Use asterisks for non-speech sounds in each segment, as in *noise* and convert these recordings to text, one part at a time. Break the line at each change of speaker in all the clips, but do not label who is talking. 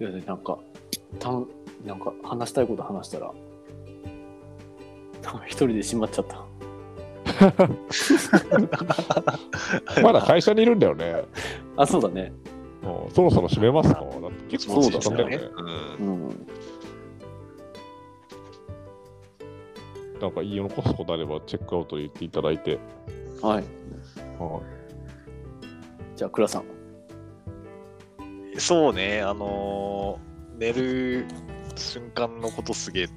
いやね、なんか、たん、なんか話したいこと話したら、なんか一人で閉まっちゃった。
まだ会社にいるんだよね。
あ、そうだね。
うんそろそろ閉めますかだって結構
そう
時間
だ
経
ね
ったよね。
うん
うん。
なんか言い残すことあればチェックアウト言っていただいて。
はい。
は
じゃあ、倉さん。
そうね、あのー寝る瞬間のことすげえ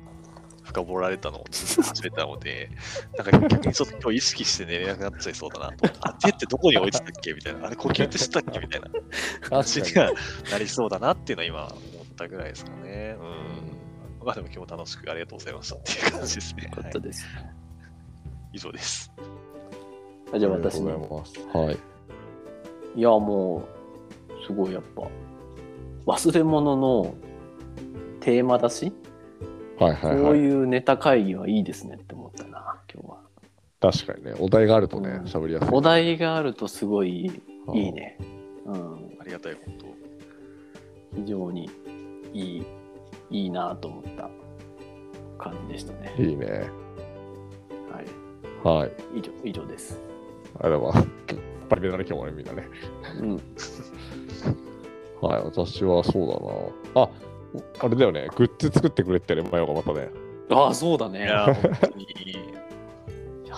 深掘られたのをずっと始めたので、
*laughs*
なんか逆にちょっと今日意識して寝れなくなっちゃいそうだなと。
*laughs*
あ、手ってどこに置いてたっけみたいな。あれ呼吸って知ったっけみたいな話に
*laughs*
はなりそうだなっていうのは今思ったぐらいですかね。うん。まあでも今日も楽しくありがとうございましたっていう感じですね。
よか
は
っ
い
た、です。
以上です。
あじゃあ、私
あり
ね
がとうございます。はい。
いや、もう、すごいやっぱ、忘れ物のテーマ出し、
はいはい
こ
は
う
い。
いうネタ会議はいいですねって思ったな、今日は。
確かにね、お題があると
う
ね
ん、
喋りやすい。
お題があるとすごい
はい
い。ね。うん、
ありがたいこと。
非常にいい、いいなと思った感じでしたね。
いいね。
はい。
はい。あり
以上以上です。
がとうございます。やっぱりベタな今日もね、みんなね。
うん。
*laughs* はい、私はそうだな。あ、あれだよね、グッズ作ってくれってね、マヨがまたね。
ああ、そうだね。
い
い
や
や、
ー、本当に。い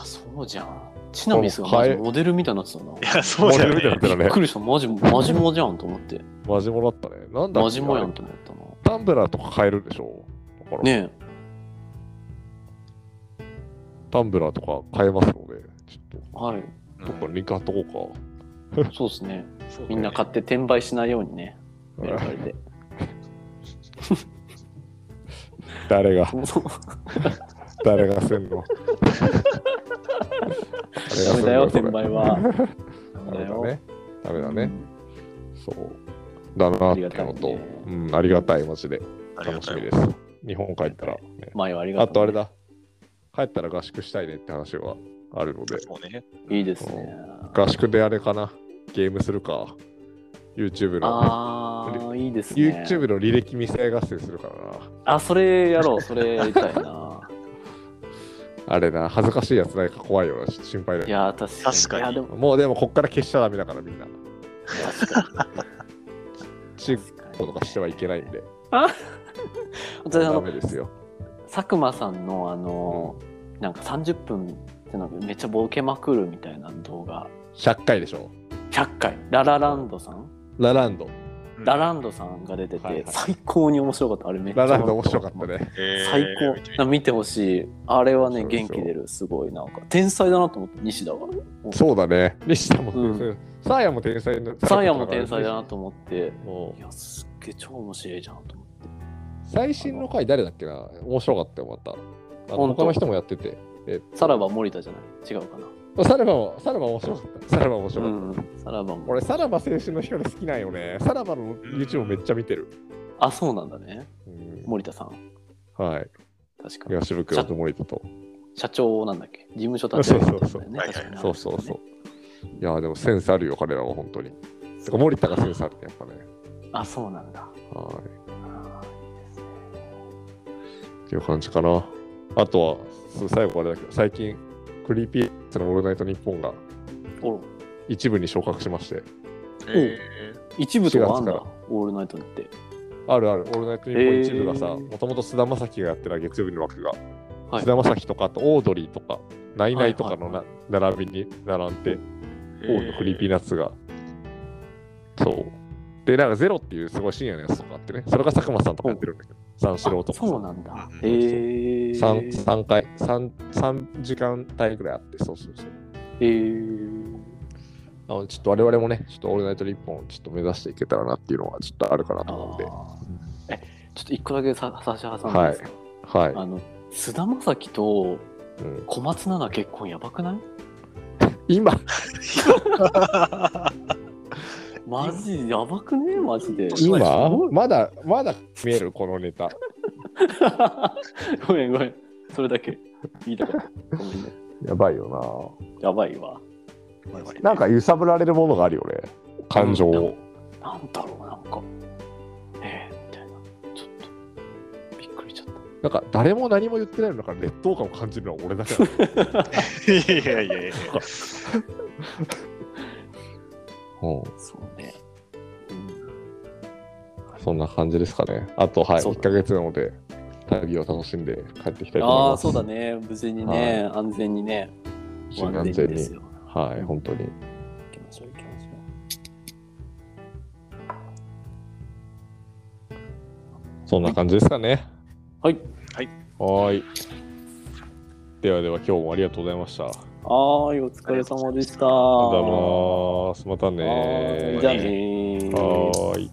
そうじゃん。チナミスがマジモデルみたいになってたな。
や、そうだよ
マジモみたい
ね
にな。ってた
びっ
ね。
くりした。マジ、マジモじゃんと思って。
マジモだったね。なんだっけ
マジモや
あ
ん
れ
と思ったな。
タンブラーとか買えるでしょだから
ねえ。
タンブラーとか買えますので、ちょっ
はい。
と、どっかリンク貼っとこう
そうですね。
そうだよね
みんな買って転売しないようにね。メル
か
カ。リ
*laughs*
で。
誰が、
そう
誰がせんの。
*laughs*
誰
ダ
が
メ
せんの
だよ、
それ
転売は。ダメだ
ダメだ
よ。
ね。ダメだね。そう。だなっていうのと、
ありがたいね
うん、ありがたい、マジで。
ありが
楽した
い
み
こ
です。日本帰ったら、ね。
前はありが
あ
と
と
う。
あれだ。帰ったら合宿したいねって話はあるの
と
で、
そうね。
いいですね。
合宿であれかな。ゲームするか。YouTube の。
ああ、いいですね。
YouTube の履歴見せ合い合戦するからな。
あ、それやろう、それやりたいな。
*laughs* あれな、恥ずかしいやつないか怖いよな、ちょっと心配だ
い
よ。
やー、確かに。
確か
い
に
や、でも、
もうでも、こっから消しちゃダメだから、みんな。
確か
チー
に。
ムとかしてはいけないんで。
私、あ
ダ
の
メ、ですよ。
佐久間さんの、あの、なんか30分ってのがめっちゃボケまくるみたいな動画、
100回でしょ。
100回、ララランドさん
ラランド。
ラランドさんが出てて、
はいはい
最高に面白かった。あれめっちゃ
ラランド面白かったね。
えー
最
見てみ
高、
たい
見てほしい。あれはね、
そうそう
元気出る。すごい、なんか、天才だなと思って、西田は。
そうだね。西田も天才
う。
サーヤも天才の。
サーヤも天才だなと思って、
も
いうや、すっげえ超面白いじゃんと思って。
最新の回誰だっけな面白かったよ、また。あの
本当
他の人もやってて。
さらば森田じゃない違うかな。
サラバも、サラバ面白かった。サラバ面白
う
かった。
んうん、さらば森
俺、サラバ青春の光好きなんよね。サラバの YouTube めっちゃ見てる。
あ、そうなんだね。
うん
森田さん。
はい。
確か。
東袋と森田と。
社長なんだっけ事務所立ち上げたんだよね
そうそうそう
確かに
そうそうそう。いや、でもセンスあるよ、彼らは本当に。てか森田がセンスあるね、やっぱね。
あ、そうなんだ。
は
あ
い。っていう感じかな。あとは、そう最後あれだけど、最近、クリーピーナッツのオールナイトニッポンが
ーおろ
一部に昇格しまして、
え
一部とかあんだ
4月か、
オールナイトにって。
あるある、オールナイトニッポン一部がさ、
へー
もともと菅田将暉がやってた月曜日の枠が、
はい
菅田将暉とか、あとオードリーとか、ナイナイとかのな、
は
並びに並んで、
ー
オーのクリーピーナッツが。そう。で、なんかゼロっていうすごい深夜のやつとかあってね、それが佐久間さんとかやってるんだけど、三四郎と
あ
か
そう
さ。
なんだ。
うん
へえ。
三三回、三三時間帯ぐらいあって、そうそうそう。
えー。
なのでちょっと我々もね、ちょっとオールナイト日本、ちょっと目指していけたらなっていうのは、ちょっとあるかな
あ
と思うんで。
ーえ、ちょっと一個だけさ差し挟んでいいですか、
はい。
あの、菅田将暉と
うん、
小松菜奈結婚やばくない
今、
マジやばくねマジで。
今
今まだ、まだ見える、このネタ。
*laughs* ごめんごめん。それだけ言いたかった。ごめんね。
やばいよ
やばいわ。
な。なんか揺さぶられるものがあるよね。感情を。
なんだろう、なんか。えー、みたいな。ちょっと、びっくりしちゃっ
なんか誰も何も言ってないのだから劣等感を感じるのは俺だけだ
*laughs* いやいやいやいや。
*laughs* うん
た。そうね。うん
そんな感じですかね。あと、はい、
そう
1ヶ月なので、旅を楽しんで帰ってきたいと思い
あ
ま
あ、
す。
そうだ。ね。無事にね、安全にね。
完
安
全
全
に
で。すよ。
はい、本当に。
行きましょう、行きましょ
そんな感じですかね。
う。はい。
はーい。ではでは、今日もありがとうございました。ありが
はーい、お疲れ様でした。
とうございます。また
はー
ね
いじゃあねー。
はーい。